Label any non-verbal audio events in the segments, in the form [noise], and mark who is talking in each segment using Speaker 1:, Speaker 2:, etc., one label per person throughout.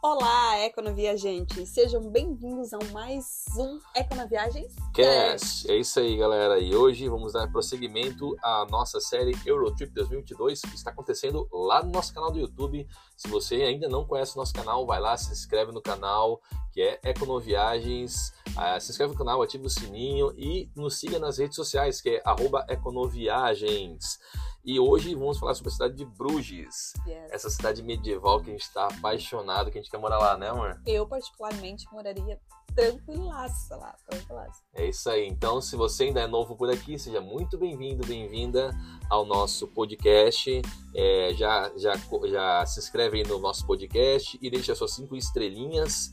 Speaker 1: Olá, Econoviajante! Sejam bem-vindos a mais um Econoviagens.
Speaker 2: Cast. É isso aí, galera. E hoje vamos dar prosseguimento à nossa série Eurotrip 2022, que está acontecendo lá no nosso canal do YouTube. Se você ainda não conhece o nosso canal, vai lá, se inscreve no canal, que é Econoviagens. Ah, se inscreve no canal, ativa o sininho e nos siga nas redes sociais, que é arroba Econoviagens. E hoje vamos falar sobre a cidade de Bruges,
Speaker 1: Yes.
Speaker 2: essa cidade medieval que a gente está apaixonado, que a gente quer morar lá, né, amor?
Speaker 1: Eu, particularmente, moraria tranquilaça lá, tranquilaça.
Speaker 2: É isso aí. Então, se você ainda é novo por aqui, seja muito bem-vindo, bem-vinda ao nosso podcast. É, já, já, co- já se inscreve aí no nosso podcast e deixa suas cinco estrelinhas.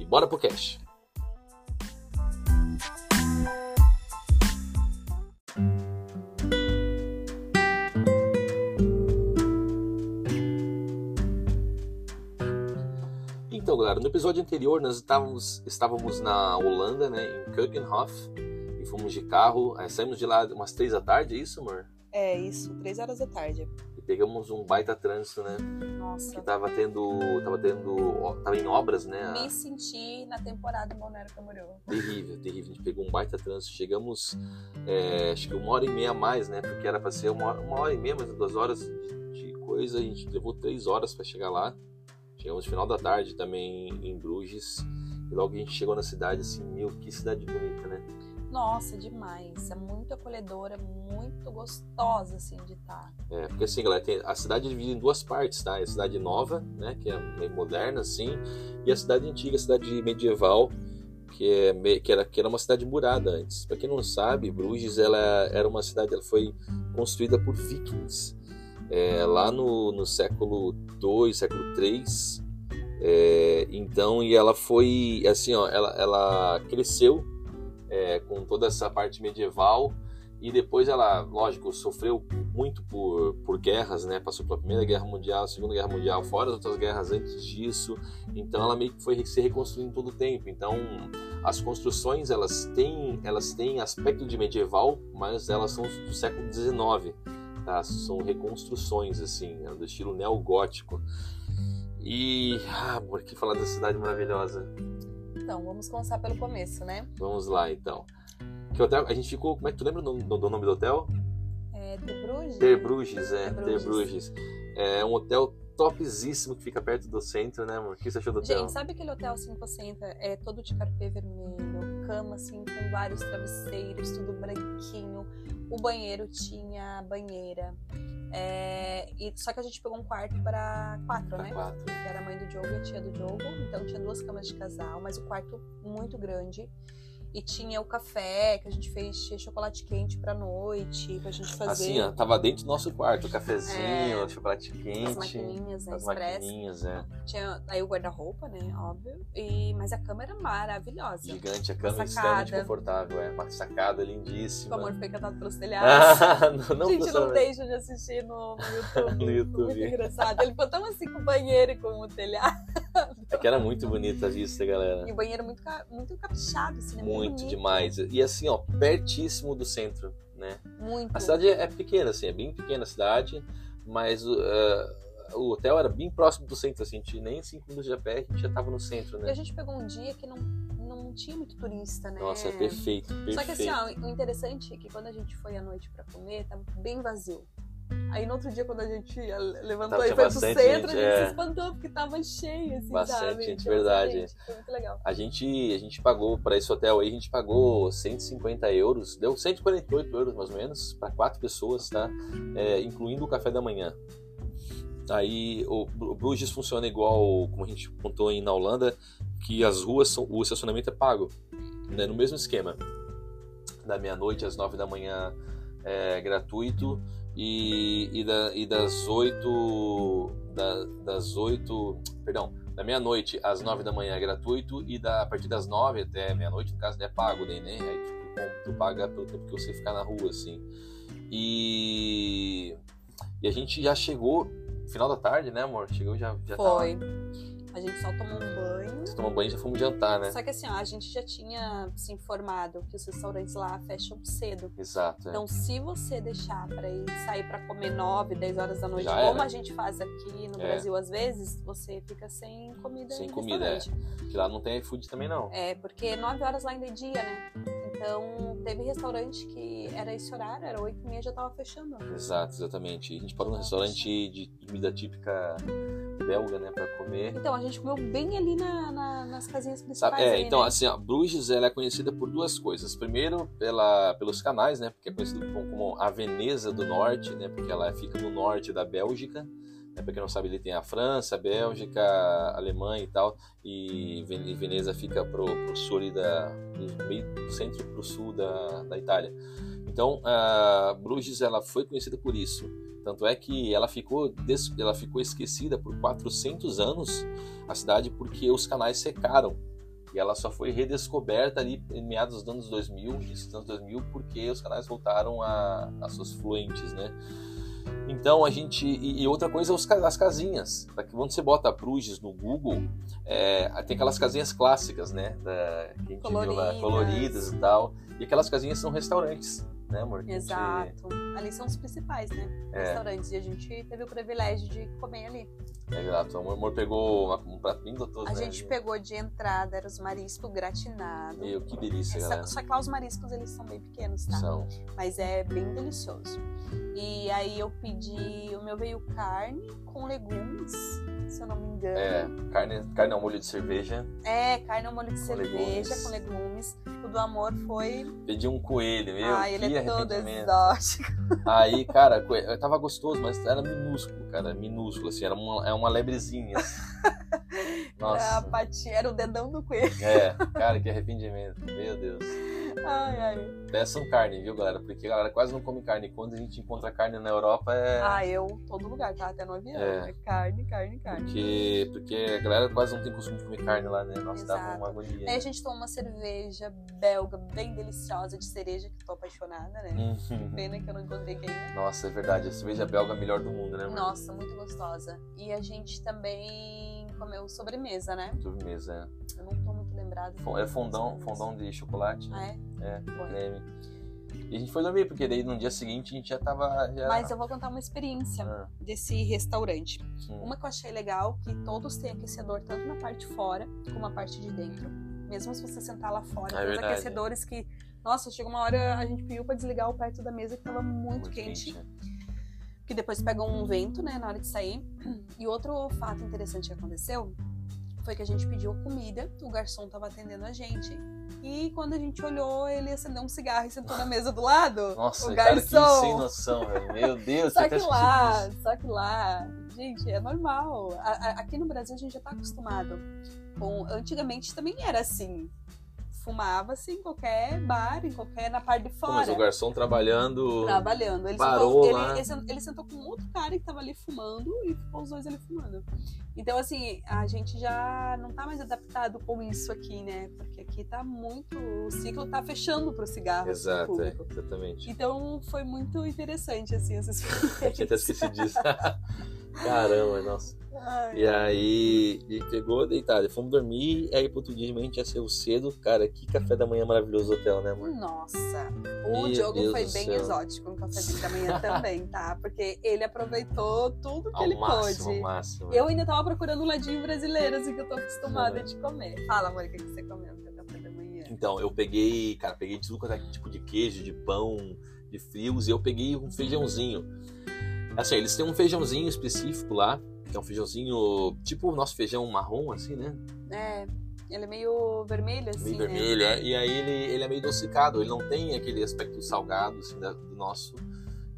Speaker 2: E bora pro cast. Então, galera, no episódio anterior nós estávamos, estávamos na Holanda, né, em Keukenhof, e fomos de carro. Aí saímos de lá umas três da tarde, é isso, amor?
Speaker 1: É isso, três horas da tarde.
Speaker 2: E pegamos um baita trânsito, né?
Speaker 1: Nossa,
Speaker 2: Que tava tendo. Tava tendo. ó, Tava em obras, né? a-
Speaker 1: me senti na temporada Monero Camboriú.
Speaker 2: Terrível, terrível. A gente pegou um baita trânsito. Chegamos, é, acho que uma hora e meia a mais, né? Porque era pra ser uma hora, uma hora e meia, mas duas horas de de coisa. A gente levou três horas pra chegar lá. Chegamos no final da tarde também em Bruges. E logo a gente chegou na cidade, assim, meu, que cidade bonita, né?
Speaker 1: Nossa, demais. É muito acolhedora, muito gostosa, assim, de estar.
Speaker 2: É, porque assim, galera, tem- a cidade é dividida em duas partes, tá? É a cidade nova, né, que é meio moderna, assim, e a cidade antiga, a cidade medieval, que, é, me- que, era, que era uma cidade murada antes. Pra quem não sabe, Bruges, ela era uma cidade, ela foi construída por vikings. É, lá no, no século II, século III, é, então, e ela foi, assim, ó, ela, ela cresceu é, com toda essa parte medieval, e depois ela, lógico, sofreu muito por, por guerras, né? Passou pela Primeira Guerra Mundial, Segunda Guerra Mundial, fora as outras guerras antes disso. Então ela meio que foi se reconstruindo todo o tempo. Então as construções elas têm elas têm aspecto de medieval, mas elas são do século XIX. Tá? São reconstruções assim, né? do estilo neogótico. E ah, por que falar da cidade maravilhosa?
Speaker 1: Então, vamos começar pelo começo, né?
Speaker 2: Vamos lá então. Que hotel? A gente ficou. Como é que tu lembra do, do- do nome do hotel?
Speaker 1: É, de Bruges?
Speaker 2: Ter Bruges, é.
Speaker 1: Ter
Speaker 2: Ter Bruges. É um hotel topzíssimo que fica perto do centro, né, amor? O que você achou do hotel?
Speaker 1: Gente, sabe aquele hotel assim que você entra, é todo de carpê vermelho, cama assim com vários travesseiros, tudo branquinho, o banheiro tinha banheira. É, e só que a gente pegou um quarto para quatro,
Speaker 2: Pra
Speaker 1: né?
Speaker 2: quatro.
Speaker 1: Que era a mãe do Diogo e a tia do Diogo, então tinha duas camas de casal, mas o quarto muito grande. E tinha o café que a gente fez tinha chocolate quente pra noite, pra gente fazer
Speaker 2: Assim, ó, tava dentro do nosso quarto, o cafezinho,
Speaker 1: É.
Speaker 2: o chocolate
Speaker 1: as
Speaker 2: quente,
Speaker 1: maquininhas, né?
Speaker 2: as
Speaker 1: Express.
Speaker 2: maquininhas, é.
Speaker 1: Tinha aí o guarda-roupa, né? Óbvio. E, mas a cama era maravilhosa.
Speaker 2: Gigante, a cama é
Speaker 1: Uma
Speaker 2: extremamente
Speaker 1: sacada.
Speaker 2: confortável, é. Uma sacada
Speaker 1: O
Speaker 2: lindíssima.
Speaker 1: Tipo,
Speaker 2: [laughs]
Speaker 1: amor foi cantado pelos telhados.
Speaker 2: ah, [laughs] não, não,
Speaker 1: Gente, não
Speaker 2: gostava.
Speaker 1: deixa de assistir no, no
Speaker 2: [laughs]
Speaker 1: YouTube.
Speaker 2: No YouTube.
Speaker 1: Muito engraçado. Ele ficou tão assim com o banheiro e com o telhado.
Speaker 2: É que era muito bonita a vista, galera.
Speaker 1: E o banheiro é muito, ca- muito caprichado, assim, né?
Speaker 2: Muito
Speaker 1: bonito.
Speaker 2: demais. E assim, ó, pertíssimo do centro, né?
Speaker 1: Muito.
Speaker 2: A cidade é pequena, assim, é bem pequena a cidade, mas uh, o hotel era bem próximo do centro, assim, a gente nem cinco minutos de a pé, a gente já tava no centro,
Speaker 1: E a
Speaker 2: né?
Speaker 1: gente pegou um dia que não, não tinha muito turista, né?
Speaker 2: Nossa, é perfeito, perfeito.
Speaker 1: Só que assim, ó, o interessante é que quando a gente foi à noite pra comer, tava bem vazio. Aí no outro dia, quando a gente ia- levantou
Speaker 2: Tava-
Speaker 1: e
Speaker 2: tinha
Speaker 1: foi pro
Speaker 2: bastante
Speaker 1: centro, a
Speaker 2: gente,
Speaker 1: gente
Speaker 2: é.
Speaker 1: se espantou porque tava cheio, assim,
Speaker 2: Bastante
Speaker 1: sabe?
Speaker 2: gente,
Speaker 1: Então,
Speaker 2: verdade.
Speaker 1: gente, Foi muito legal.
Speaker 2: A gente, a gente pagou para esse hotel aí, a gente pagou 150 euros, deu 148 euros mais ou menos, para quatro pessoas, tá? É, incluindo o café da manhã. Aí o, Bru- o Bruges funciona igual, como a gente contou aí na Holanda, que as ruas são, o estacionamento é pago, né? No mesmo esquema, da meia-noite às nove da manhã é gratuito e, e, da- e das oito da- das oito perdão da meia-noite às nove da manhã é gratuito e da, a partir das nove até meia-noite, no caso, né, é pago, né? né? Aí tipo, tu- tu paga pelo tempo que você ficar na rua, assim. E, e a gente já chegou, final da tarde, né, amor? Chegou já, já tava-
Speaker 1: Foi. A gente só tomou um banho.
Speaker 2: Você toma banho e já fomos jantar, né?
Speaker 1: Só que assim, ó, a gente já tinha se informado que os restaurantes lá fecham cedo.
Speaker 2: Exato. é.
Speaker 1: Então, se você deixar para ir sair para comer 9, 10 horas da noite,
Speaker 2: Já
Speaker 1: como
Speaker 2: era.
Speaker 1: a gente faz aqui no
Speaker 2: É.
Speaker 1: Brasil às vezes, você fica sem comida
Speaker 2: Sem
Speaker 1: em
Speaker 2: comida, é.
Speaker 1: restaurante.
Speaker 2: Que lá não tem iFood também, não.
Speaker 1: É, porque 9 horas lá ainda é dia, né? Então, teve restaurante que era esse horário, era 8 e meia, já tava fechando.
Speaker 2: Exato, exatamente. A gente parou num restaurante de comida típica belga, né, pra comer.
Speaker 1: Então, a gente comeu bem ali na- na- nas casinhas principais.
Speaker 2: Sabe? É,
Speaker 1: ali,
Speaker 2: então,
Speaker 1: né?
Speaker 2: assim, ó, Bruges ela é conhecida por duas coisas. Primeiro, pela, pelos canais, né, porque é conhecida como, como a Veneza do Norte, né, porque ela fica no norte da Bélgica. Né, pra quem não sabe, ali tem a França, a Bélgica, a Alemanha e tal. E Ven- Veneza fica pro, pro sul ali da... do meio do centro pro sul da, da Itália. Então, a Bruges, ela foi conhecida por isso. Tanto é que ela ficou, des- ela ficou esquecida por 400 anos, a cidade, porque os canais secaram. E ela só foi redescoberta ali em meados dos anos 2000, início dos anos 2000, porque os canais voltaram a, às suas fluentes, né? Então a gente. E, e outra coisa é os ca- as casinhas. Pra que- Quando você bota Bruges no Google, é, tem aquelas casinhas clássicas, né? Da, que a gente viu lá,
Speaker 1: Coloridas.
Speaker 2: coloridas e tal. E aquelas casinhas são restaurantes, né, amor? Que a gente-
Speaker 1: Exato. Ali são os principais, né?
Speaker 2: É.
Speaker 1: Restaurantes. E a gente teve o privilégio de comer ali.
Speaker 2: É, Exato, o amor pegou uma- um prato bem gostoso,
Speaker 1: A
Speaker 2: né?
Speaker 1: gente pegou de entrada, era os mariscos gratinados.
Speaker 2: Meu, que delícia,
Speaker 1: Essa,
Speaker 2: galera.
Speaker 1: só que lá os mariscos eles são bem pequenos, tá?
Speaker 2: né? São.
Speaker 1: Mas é bem delicioso. E aí eu pedi, o meu veio carne com legumes, se eu não me
Speaker 2: É,
Speaker 1: engano.
Speaker 2: carne, carne ao molho de cerveja.
Speaker 1: É, carne ao molho de cerveja
Speaker 2: legumes.
Speaker 1: com legumes. O do amor foi.
Speaker 2: Pedi um coelho, meu.
Speaker 1: Ai, ele
Speaker 2: que
Speaker 1: é todo
Speaker 2: arrependimento.
Speaker 1: exótico.
Speaker 2: Aí, cara, coelho, tava gostoso, mas era minúsculo, cara. Minúsculo, assim, era uma, é uma lebrezinha.
Speaker 1: [laughs] Era, a
Speaker 2: Nossa.
Speaker 1: patinha, era o dedão do coelho.
Speaker 2: É, cara, que arrependimento. Meu Deus.
Speaker 1: Ai, ai.
Speaker 2: Peçam carne, viu, galera? Porque a galera quase não come carne. Quando a gente encontra carne na Europa é.
Speaker 1: Ah, eu, todo lugar, tá? Até no avião.
Speaker 2: É.
Speaker 1: É Carne, carne, carne.
Speaker 2: Porque, porque a galera quase não tem costume de comer carne lá, né? Nossa, dava
Speaker 1: Exato.
Speaker 2: uma agonia.
Speaker 1: Aí a gente toma uma cerveja belga bem deliciosa de cereja, que eu tô apaixonada,
Speaker 2: Uhum.
Speaker 1: né? Pena que eu não encontrei aqui ainda.
Speaker 2: Nossa, é verdade. A cerveja belga é a melhor do mundo, né? mano?
Speaker 1: Nossa, muito gostosa. E a gente também comeu sobremesa, né?
Speaker 2: Sobremesa.
Speaker 1: Eu não tô muito lembrada.
Speaker 2: Fon- É fondão, fondão de chocolate,
Speaker 1: Ah,
Speaker 2: né?
Speaker 1: é?
Speaker 2: É,
Speaker 1: Bom.
Speaker 2: creme. E a gente foi dormir, porque daí no dia seguinte a gente já tava. Já...
Speaker 1: Mas é eu vou contar uma experiência
Speaker 2: Ah, hum,
Speaker 1: desse restaurante.
Speaker 2: sim.
Speaker 1: Uma que eu achei legal, que todos têm aquecedor, tanto na parte de fora como na parte de dentro. Mesmo se você sentar lá fora,
Speaker 2: É
Speaker 1: tem os
Speaker 2: verdade.
Speaker 1: aquecedores que. Nossa, chegou uma hora a gente pediu pra desligar o perto da mesa que tava muito,
Speaker 2: Muito
Speaker 1: quente,
Speaker 2: né?
Speaker 1: que depois pega
Speaker 2: Uhum.
Speaker 1: um vento, né, na hora de sair. E outro fato interessante que aconteceu foi que a gente pediu comida, o garçom tava atendendo a gente. E quando a gente olhou, ele acendeu um cigarro e sentou na mesa do lado.
Speaker 2: [laughs] Nossa,
Speaker 1: o
Speaker 2: cara, que
Speaker 1: garçom.
Speaker 2: sem noção, velho. Meu Deus,
Speaker 1: Só
Speaker 2: você
Speaker 1: que
Speaker 2: até
Speaker 1: lá,
Speaker 2: esqueci
Speaker 1: só que lá, gente, é normal. A- a- aqui no Brasil a gente já tá acostumado. Com, antigamente também era assim. Fumava-se em qualquer bar, em qualquer. na parte de
Speaker 2: disso. Pô, mas o
Speaker 1: fora.
Speaker 2: garçom trabalhando.
Speaker 1: Trabalhando. Ele,
Speaker 2: Parou
Speaker 1: sentou,
Speaker 2: lá.
Speaker 1: ele, ele sen- ele sentou com outro cara que tava ali fumando e ficou os dois ali fumando. Então, assim, a gente já não tá mais adaptado com isso aqui, né? Porque aqui tá muito. O ciclo tá fechando pro cigarro. assim,
Speaker 2: Exato, é,
Speaker 1: público.
Speaker 2: exatamente.
Speaker 1: Então foi muito interessante, assim, essas
Speaker 2: Eu
Speaker 1: [laughs]
Speaker 2: tinha até esquecido disso. [laughs] Caramba, nossa. E é
Speaker 1: É.
Speaker 2: aí, e pegou deitado, fomos dormir, e aí pro outro dia de manhã a gente já saiu cedo. Cara, que café da manhã maravilhoso do hotel, né, amor?
Speaker 1: Nossa, o
Speaker 2: Meu
Speaker 1: Diogo
Speaker 2: Deus
Speaker 1: foi
Speaker 2: do
Speaker 1: bem
Speaker 2: céu.
Speaker 1: exótico no cafezinho da manhã também, tá? Porque ele aproveitou tudo que
Speaker 2: Ao
Speaker 1: ele
Speaker 2: máximo, ao
Speaker 1: pôde.
Speaker 2: máximo.
Speaker 1: Eu ainda tava procurando um ladinho brasileiro, assim, que eu tô acostumada
Speaker 2: Sim.
Speaker 1: de comer. Fala, amor, o que que você comeu no café da manhã?
Speaker 2: Então, eu peguei, cara, peguei de tudo quanto é tipo de queijo, de pão, de frios, e eu peguei um feijãozinho. Assim, eles têm um feijãozinho específico lá, que é um feijãozinho tipo o nosso feijão marrom, assim, né?
Speaker 1: É, ele é meio vermelho, assim,
Speaker 2: Meio
Speaker 1: né?
Speaker 2: vermelho, é. E aí ele, ele é meio adocicado, ele não tem aquele aspecto salgado, assim, da- do nosso.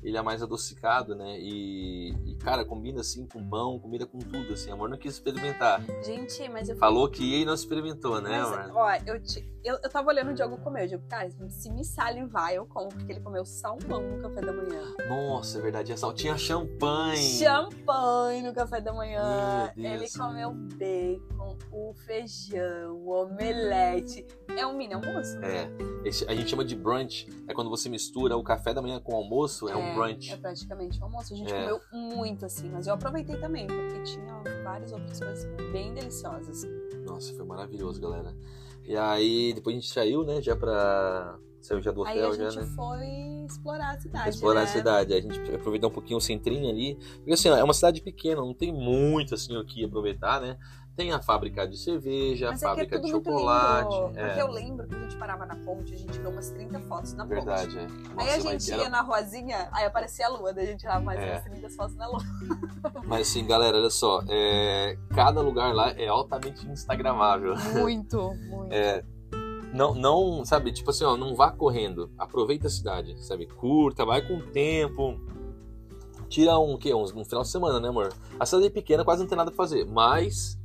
Speaker 2: Ele é mais adocicado, né? E, e, cara, combina assim com pão, combina com tudo, assim. Amor não quis experimentar.
Speaker 1: Gente, mas eu
Speaker 2: Falou que ia e não experimentou, né,
Speaker 1: Mas,
Speaker 2: amor?
Speaker 1: ó, eu, te- eu, eu tava olhando o Diogo comer. Eu digo, cara, se me salivar, eu como, porque ele comeu salmão no café da manhã.
Speaker 2: Nossa, é verdade, é sal. Tinha champanhe.
Speaker 1: Champanhe no café da manhã.
Speaker 2: Meu
Speaker 1: Ele
Speaker 2: Deus.
Speaker 1: comeu bacon, o feijão, o omelete. É um mini almoço?
Speaker 2: É, esse- a gente chama de brunch. É quando você mistura o café da manhã com o almoço, é,
Speaker 1: É,
Speaker 2: um brunch.
Speaker 1: É praticamente o almoço. A gente
Speaker 2: É.
Speaker 1: comeu muito assim, mas eu aproveitei também, porque tinha várias outras coisas bem deliciosas.
Speaker 2: Nossa, foi maravilhoso, galera. E aí, depois a gente saiu, né? Já pra. Saiu já do
Speaker 1: Aí a
Speaker 2: hotel, já,
Speaker 1: gente
Speaker 2: né?
Speaker 1: foi explorar a cidade.
Speaker 2: Explorar
Speaker 1: né?
Speaker 2: a cidade. A gente aproveitar um pouquinho o centrinho ali. Porque assim, ó, é uma cidade pequena, não tem muito assim o que aproveitar, né? Tem a fábrica de cerveja,
Speaker 1: Mas é que
Speaker 2: a
Speaker 1: é
Speaker 2: fábrica
Speaker 1: tudo
Speaker 2: de
Speaker 1: muito
Speaker 2: chocolate.
Speaker 1: lindo.
Speaker 2: é,
Speaker 1: Porque eu lembro que a gente parava na ponte, a gente tirou umas 30 fotos na ponte.
Speaker 2: verdade, é.
Speaker 1: Aí
Speaker 2: Nossa,
Speaker 1: a
Speaker 2: mas
Speaker 1: gente
Speaker 2: era-
Speaker 1: ia na ruazinha, aí aparecia a lua, daí a gente tirava mais
Speaker 2: É.
Speaker 1: umas 30 fotos na lua.
Speaker 2: Mas assim, galera, olha só, é, cada lugar lá é altamente instagramável. [laughs]
Speaker 1: Muito, muito.
Speaker 2: É, não, não, sabe, tipo assim, ó, não vá correndo. Aproveita a cidade, sabe? Curta, vai com o tempo. Tira um que uns um final de semana, né, amor? A cidade é pequena, quase não tem nada pra fazer, mas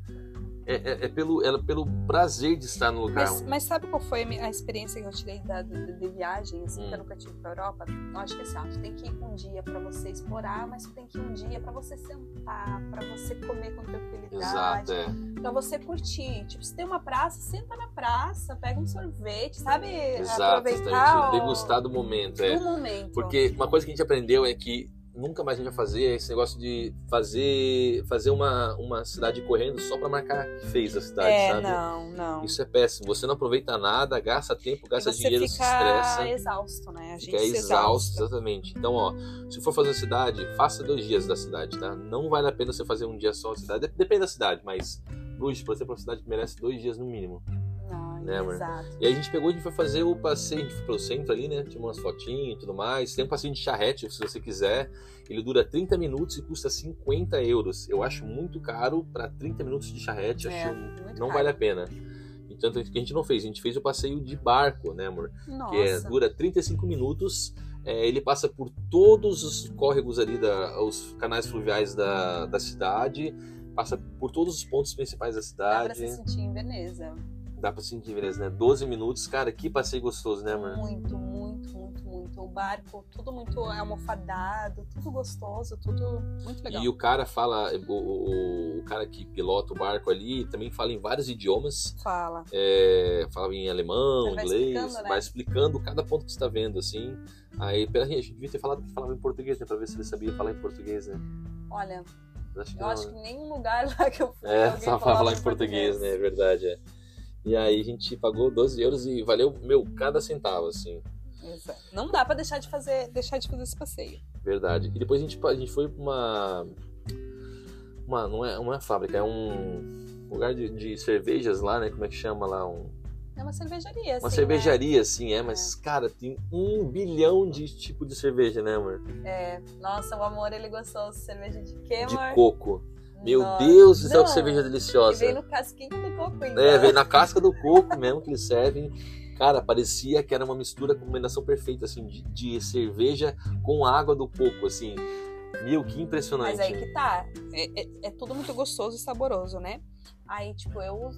Speaker 2: é, é- é pelo, é pelo prazer de estar no lugar.
Speaker 1: Mas, mas sabe qual foi a mi- a experiência que eu tirei da, de, de viagem, assim, que eu
Speaker 2: Hum.
Speaker 1: nunca tive pra Europa? Eu acho que assim, ó, tu tem que ir um dia pra você explorar, mas tu tem que ir um dia pra você sentar, pra você comer com tranquilidade,
Speaker 2: Exato, é.
Speaker 1: pra você curtir. Tipo, se tem uma praça, senta na praça, pega um sorvete, sabe?
Speaker 2: Exato, a
Speaker 1: É, Aproveitar
Speaker 2: gente
Speaker 1: o,
Speaker 2: degustar do momento, é.
Speaker 1: o momento.
Speaker 2: Porque uma coisa que a gente aprendeu é que nunca mais a gente vai fazer é esse negócio de fazer fazer uma, uma cidade correndo só pra marcar que fez a cidade,
Speaker 1: é,
Speaker 2: sabe?
Speaker 1: não, não.
Speaker 2: Isso é péssimo. Você não aproveita nada, gasta tempo,
Speaker 1: E
Speaker 2: gasta
Speaker 1: você
Speaker 2: dinheiro,
Speaker 1: fica
Speaker 2: se estressa.
Speaker 1: exausto, né? A gente
Speaker 2: Fica
Speaker 1: se
Speaker 2: exausto, exatamente. Então, ó, se for fazer a cidade, faça dois dias da cidade, tá? Não vale a pena você fazer um dia só da cidade. Dep- Depende da cidade, mas Bruges, por exemplo, é uma cidade que merece dois dias no mínimo.
Speaker 1: Não,
Speaker 2: Né, amor?
Speaker 1: exato.
Speaker 2: E aí a gente pegou, a gente foi fazer o passeio, a gente foi pelo centro ali, né? Tirou umas fotinhas e tudo mais. Tem um passeio de charrete, se você quiser. Ele dura 30 minutos e custa 50 euros. Eu acho muito caro pra 30 minutos de charrete.
Speaker 1: É,
Speaker 2: acho
Speaker 1: muito
Speaker 2: não
Speaker 1: caro.
Speaker 2: vale a pena. Então, tanto que a gente não fez. A gente fez o passeio de barco, né, amor?
Speaker 1: Nossa.
Speaker 2: Que é, dura 35 minutos. É, ele passa por todos os córregos ali, da, os canais fluviais da, da cidade. Passa por todos os pontos principais da
Speaker 1: Dá pra se
Speaker 2: cidade.
Speaker 1: sentir em Veneza.
Speaker 2: Dá pra sentir, beleza, né? 12 minutos. Cara, que passeio gostoso, né, amor?
Speaker 1: Muito, muito, muito, muito. O barco, tudo muito almofadado, tudo gostoso, tudo muito legal.
Speaker 2: E o cara fala, o, o- o cara que pilota o barco ali também fala em vários idiomas.
Speaker 1: Fala.
Speaker 2: É, fala em alemão,
Speaker 1: Ele vai
Speaker 2: inglês,
Speaker 1: explicando, né?
Speaker 2: vai explicando cada ponto que você está vendo, assim. Aí, pera, aí, a gente devia ter falado que falava em português, né? Pra ver se ele sabia falar em português, né?
Speaker 1: Olha,
Speaker 2: Mas Acho que
Speaker 1: eu
Speaker 2: não,
Speaker 1: acho
Speaker 2: né?
Speaker 1: que nenhum lugar [laughs] lá que eu fui.
Speaker 2: [laughs] É,
Speaker 1: alguém
Speaker 2: só pra
Speaker 1: falava
Speaker 2: falar em português, né? É verdade, é. E aí a gente pagou 12 euros e valeu, meu, cada centavo, assim.
Speaker 1: Exato. Não dá pra deixar de fazer, deixar de fazer esse passeio.
Speaker 2: Verdade. E depois a gente, pa- a gente foi pra uma. uma não, é, não é fábrica, é um lugar de, de cervejas lá, né? Como é que chama lá? Um,
Speaker 1: É uma cervejaria,
Speaker 2: uma
Speaker 1: assim,
Speaker 2: cervejaria, assim, é, mas, cara, tem um bilhão de tipo de cerveja, né, amor?
Speaker 1: né? É. Nossa, o amor, ele gostou de cerveja de quê,
Speaker 2: de
Speaker 1: É, amor?
Speaker 2: coco. Meu
Speaker 1: Nossa.
Speaker 2: Deus do céu, que
Speaker 1: Não,
Speaker 2: cerveja
Speaker 1: E
Speaker 2: deliciosa.
Speaker 1: veio no casquinho do coco então, né? ainda.
Speaker 2: É, vem na casca do coco mesmo que eles servem. Cara, parecia que era uma mistura, combinação perfeita, assim, de, de cerveja com água do coco, assim. Meu, que impressionante.
Speaker 1: Mas aí que tá. É, é- é tudo muito gostoso e saboroso, né? Aí, tipo, eu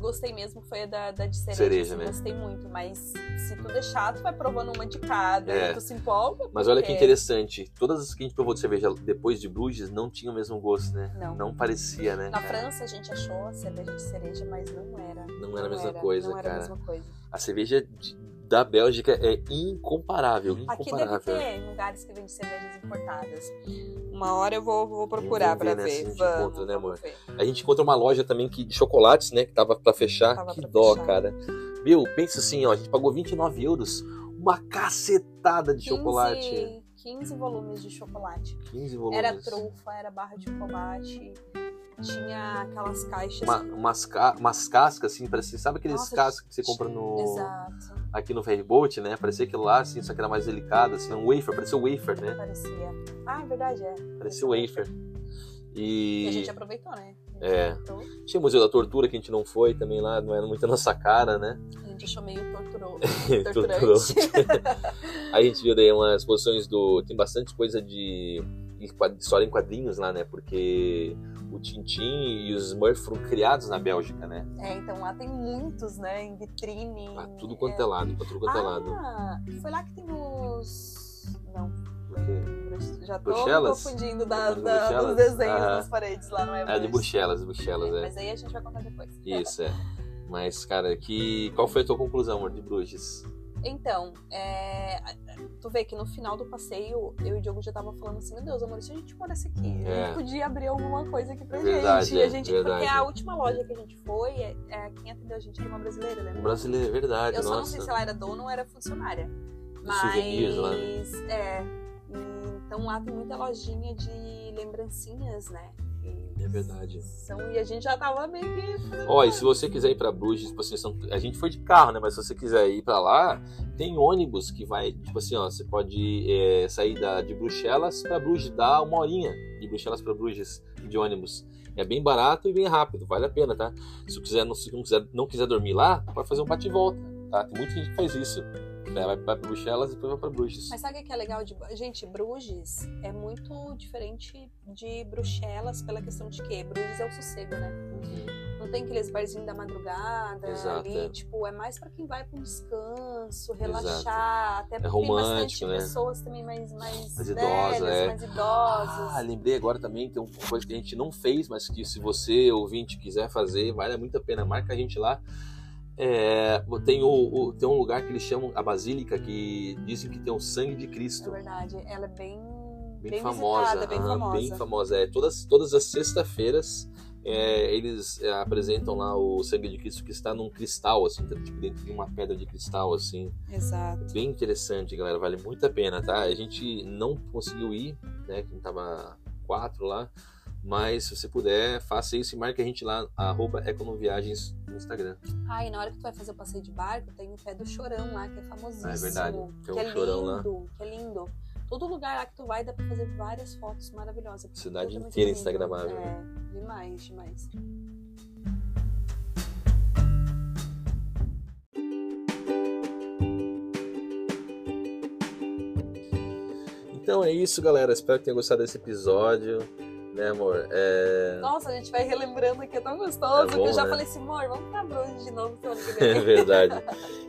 Speaker 1: gostei mesmo, foi a da, da de cereja.
Speaker 2: Cereja,
Speaker 1: assim,
Speaker 2: né?
Speaker 1: Gostei muito. Mas se tu deixar, tu vai provando uma de cada.
Speaker 2: É.
Speaker 1: aí Tu se empolga.
Speaker 2: Mas olha que
Speaker 1: É.
Speaker 2: interessante, todas as que a gente provou de cerveja depois de Bruges não tinham o mesmo gosto, né?
Speaker 1: Não.
Speaker 2: Não parecia, né?
Speaker 1: Na
Speaker 2: cara?
Speaker 1: França a gente achou a cerveja de cereja, mas não era.
Speaker 2: Não era a mesma coisa,
Speaker 1: não Era
Speaker 2: cara.
Speaker 1: a mesma coisa.
Speaker 2: A cerveja de- da Bélgica é incomparável,
Speaker 1: Aqui deve
Speaker 2: incomparável.
Speaker 1: ter lugares que vendem cervejas importadas. Uma hora eu vou, vou procurar
Speaker 2: ver,
Speaker 1: pra
Speaker 2: né, se a
Speaker 1: ver.
Speaker 2: gente
Speaker 1: Vamos,
Speaker 2: encontra, né,
Speaker 1: vamos
Speaker 2: amor?
Speaker 1: ver.
Speaker 2: A gente encontra uma loja também que, de chocolates, né? Que tava pra fechar.
Speaker 1: Tava
Speaker 2: que
Speaker 1: pra
Speaker 2: dó,
Speaker 1: fechar.
Speaker 2: cara. Meu, pensa assim, ó. A gente pagou 29 euros. Uma cacetada de chocolate.
Speaker 1: 15, 15 volumes de chocolate.
Speaker 2: 15 volumes.
Speaker 1: Era trufa, era barra de chocolate, tinha aquelas caixas.
Speaker 2: Uma- umas, ca- umas cascas, assim, parecia. Sabe aqueles
Speaker 1: Nossa,
Speaker 2: cascas que você compra no,
Speaker 1: Exato,
Speaker 2: aqui no Ferryboat, né? Parecia aquilo lá, assim, só que era mais delicado, assim, um wafer, parecia um wafer, né?
Speaker 1: parecia. Ah, é verdade, é.
Speaker 2: Parecia um wafer.
Speaker 1: E a
Speaker 2: E
Speaker 1: gente aproveitou, né? A gente
Speaker 2: É.
Speaker 1: aproveitou,
Speaker 2: tinha o Museu da Tortura que a gente não foi também lá, não era muito a nossa cara, né?
Speaker 1: A gente achou meio
Speaker 2: [laughs]
Speaker 1: torturou,
Speaker 2: Torturou.
Speaker 1: torturante.
Speaker 2: Aí a gente viu daí umas exposições do. Tem bastante coisa de em quad- história em quadrinhos lá, né? Porque o Tintin e os Smurfs foram criados na Bélgica, né?
Speaker 1: [laughs] é, então lá tem muitos, né? Em vitrine.
Speaker 2: Pra tudo quanto é lado, pra tudo quanto é lado.
Speaker 1: Ah, foi lá que tem os. Não,
Speaker 2: Porque
Speaker 1: já tô
Speaker 2: Bruxelas?
Speaker 1: me confundindo da- da-
Speaker 2: As
Speaker 1: dos
Speaker 2: Bruxelas?
Speaker 1: desenhos
Speaker 2: Ah.
Speaker 1: nas paredes lá, não é?
Speaker 2: É de
Speaker 1: Bruxelas.
Speaker 2: Bruxelas, Bruxelas, é.
Speaker 1: Mas aí a gente vai contar depois.
Speaker 2: Isso, é. Mas, cara, que... qual foi a tua conclusão, amor, de Bruges?
Speaker 1: Então, é, tu vê que no final do passeio, eu e o Diogo já tava falando assim, meu Deus, amor, se a gente morasse aqui, a
Speaker 2: É.
Speaker 1: gente podia abrir alguma coisa aqui pra
Speaker 2: Verdade,
Speaker 1: gente. E a
Speaker 2: é,
Speaker 1: gente
Speaker 2: verdade.
Speaker 1: Porque a última loja que a gente foi, é, é, quem atendeu a gente era uma brasileira, lembra?
Speaker 2: Um brasileiro, é verdade,
Speaker 1: Eu só não
Speaker 2: nossa.
Speaker 1: sei se ela era dona ou era funcionária. Mas.
Speaker 2: souvenirs lá, né?
Speaker 1: É. E- Então lá tem muita lojinha de lembrancinhas, né? E
Speaker 2: É verdade.
Speaker 1: São, e a gente já tava meio que. fazendo-
Speaker 2: Ó, e se você quiser ir pra Bruges, tipo assim, são- a gente foi de carro, né? Mas se você quiser ir pra lá, tem ônibus que vai, tipo assim, ó, você pode é, sair da, de Bruxelas pra Bruges, dá uma horinha de Bruxelas pra Bruges de ônibus. É bem barato e bem rápido, vale a pena, tá? Se quiser, não, se não quiser, não quiser dormir lá, pode fazer um bate e volta, tá? Tem muita gente que faz isso. né? Vai pra Bruxelas e depois vai pra Bruges.
Speaker 1: Mas sabe o que é legal de. Gente, Bruges é muito diferente de Bruxelas pela questão de que Bruges é o sossego, né? Não tem aqueles barzinhos da madrugada
Speaker 2: Exato,
Speaker 1: ali,
Speaker 2: é.
Speaker 1: tipo, é mais pra quem vai pra um descanso, relaxar, até porque tem bastante
Speaker 2: É romântico, né?
Speaker 1: pessoas também mais, mais,
Speaker 2: Mais
Speaker 1: velhas,
Speaker 2: idosa, é.
Speaker 1: mais idosas.
Speaker 2: Ah, lembrei agora também, tem uma coisa que a gente não fez, mas que se você, ouvinte, quiser fazer, vale muito a pena. Marca a gente lá. É, tem, o, o- tem um lugar que eles chamam a Basílica, que dizem que tem o sangue de
Speaker 1: É
Speaker 2: Cristo.
Speaker 1: verdade, ela é bem,
Speaker 2: Bem,
Speaker 1: bem
Speaker 2: famosa.
Speaker 1: visitada, bem
Speaker 2: ah,
Speaker 1: famosa.
Speaker 2: bem famosa. É, todas, todas as sexta-feiras é, eles é, apresentam lá o sangue de Cristo que está num cristal, assim, tipo, dentro de uma pedra de cristal, assim.
Speaker 1: Exato.
Speaker 2: bem interessante, galera. Vale muito a pena, tá? A gente não conseguiu ir, né? Que tava quatro lá. Mas se você puder, faça isso e marque a gente lá, arroba Econoviagens no Instagram.
Speaker 1: Ah, e na hora que tu vai fazer o passeio de barco, tem o pé do chorão lá, que é famosíssimo.
Speaker 2: Ah, é verdade. Tem
Speaker 1: que
Speaker 2: um
Speaker 1: é
Speaker 2: chorão lá.
Speaker 1: lindo, que é lindo. Todo lugar lá que tu vai dá pra fazer várias fotos maravilhosas. porque é
Speaker 2: Cidade
Speaker 1: totalmente
Speaker 2: inteira
Speaker 1: lindo.
Speaker 2: instagramável, né?
Speaker 1: É, demais, demais.
Speaker 2: Então é isso, galera. Espero que tenham gostado desse episódio. Né, amor? É,
Speaker 1: Nossa, a gente vai relembrando aqui, é tão gostoso.
Speaker 2: É bom,
Speaker 1: que eu já
Speaker 2: né?
Speaker 1: falei assim, amor, vamos pra Bruges de novo semana que
Speaker 2: [laughs] é
Speaker 1: vem.
Speaker 2: verdade.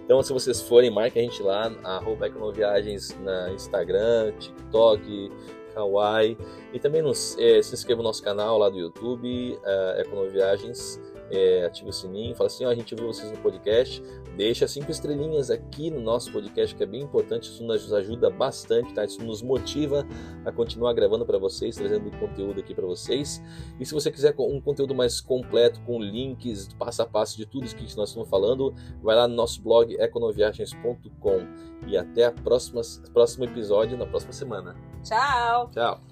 Speaker 2: Então, se vocês forem, marque a gente lá, arroba Econoviagens na Instagram, TikTok, Kawaii. E também nos, eh, se inscreva no nosso canal lá do YouTube, eh, Econoviagens. eh, ative o sininho, fala assim, ó, a gente viu vocês no podcast, deixa cinco estrelinhas aqui no nosso podcast, que é bem importante, isso nos ajuda bastante, tá? Isso nos motiva a continuar gravando para vocês, trazendo conteúdo aqui para vocês. E se você quiser um conteúdo mais completo, com links, passo a passo de tudo isso que nós estamos falando, vai lá no nosso blog econoviagens.com e até a próxima, próximo episódio na próxima semana.
Speaker 1: Tchau!
Speaker 2: Tchau!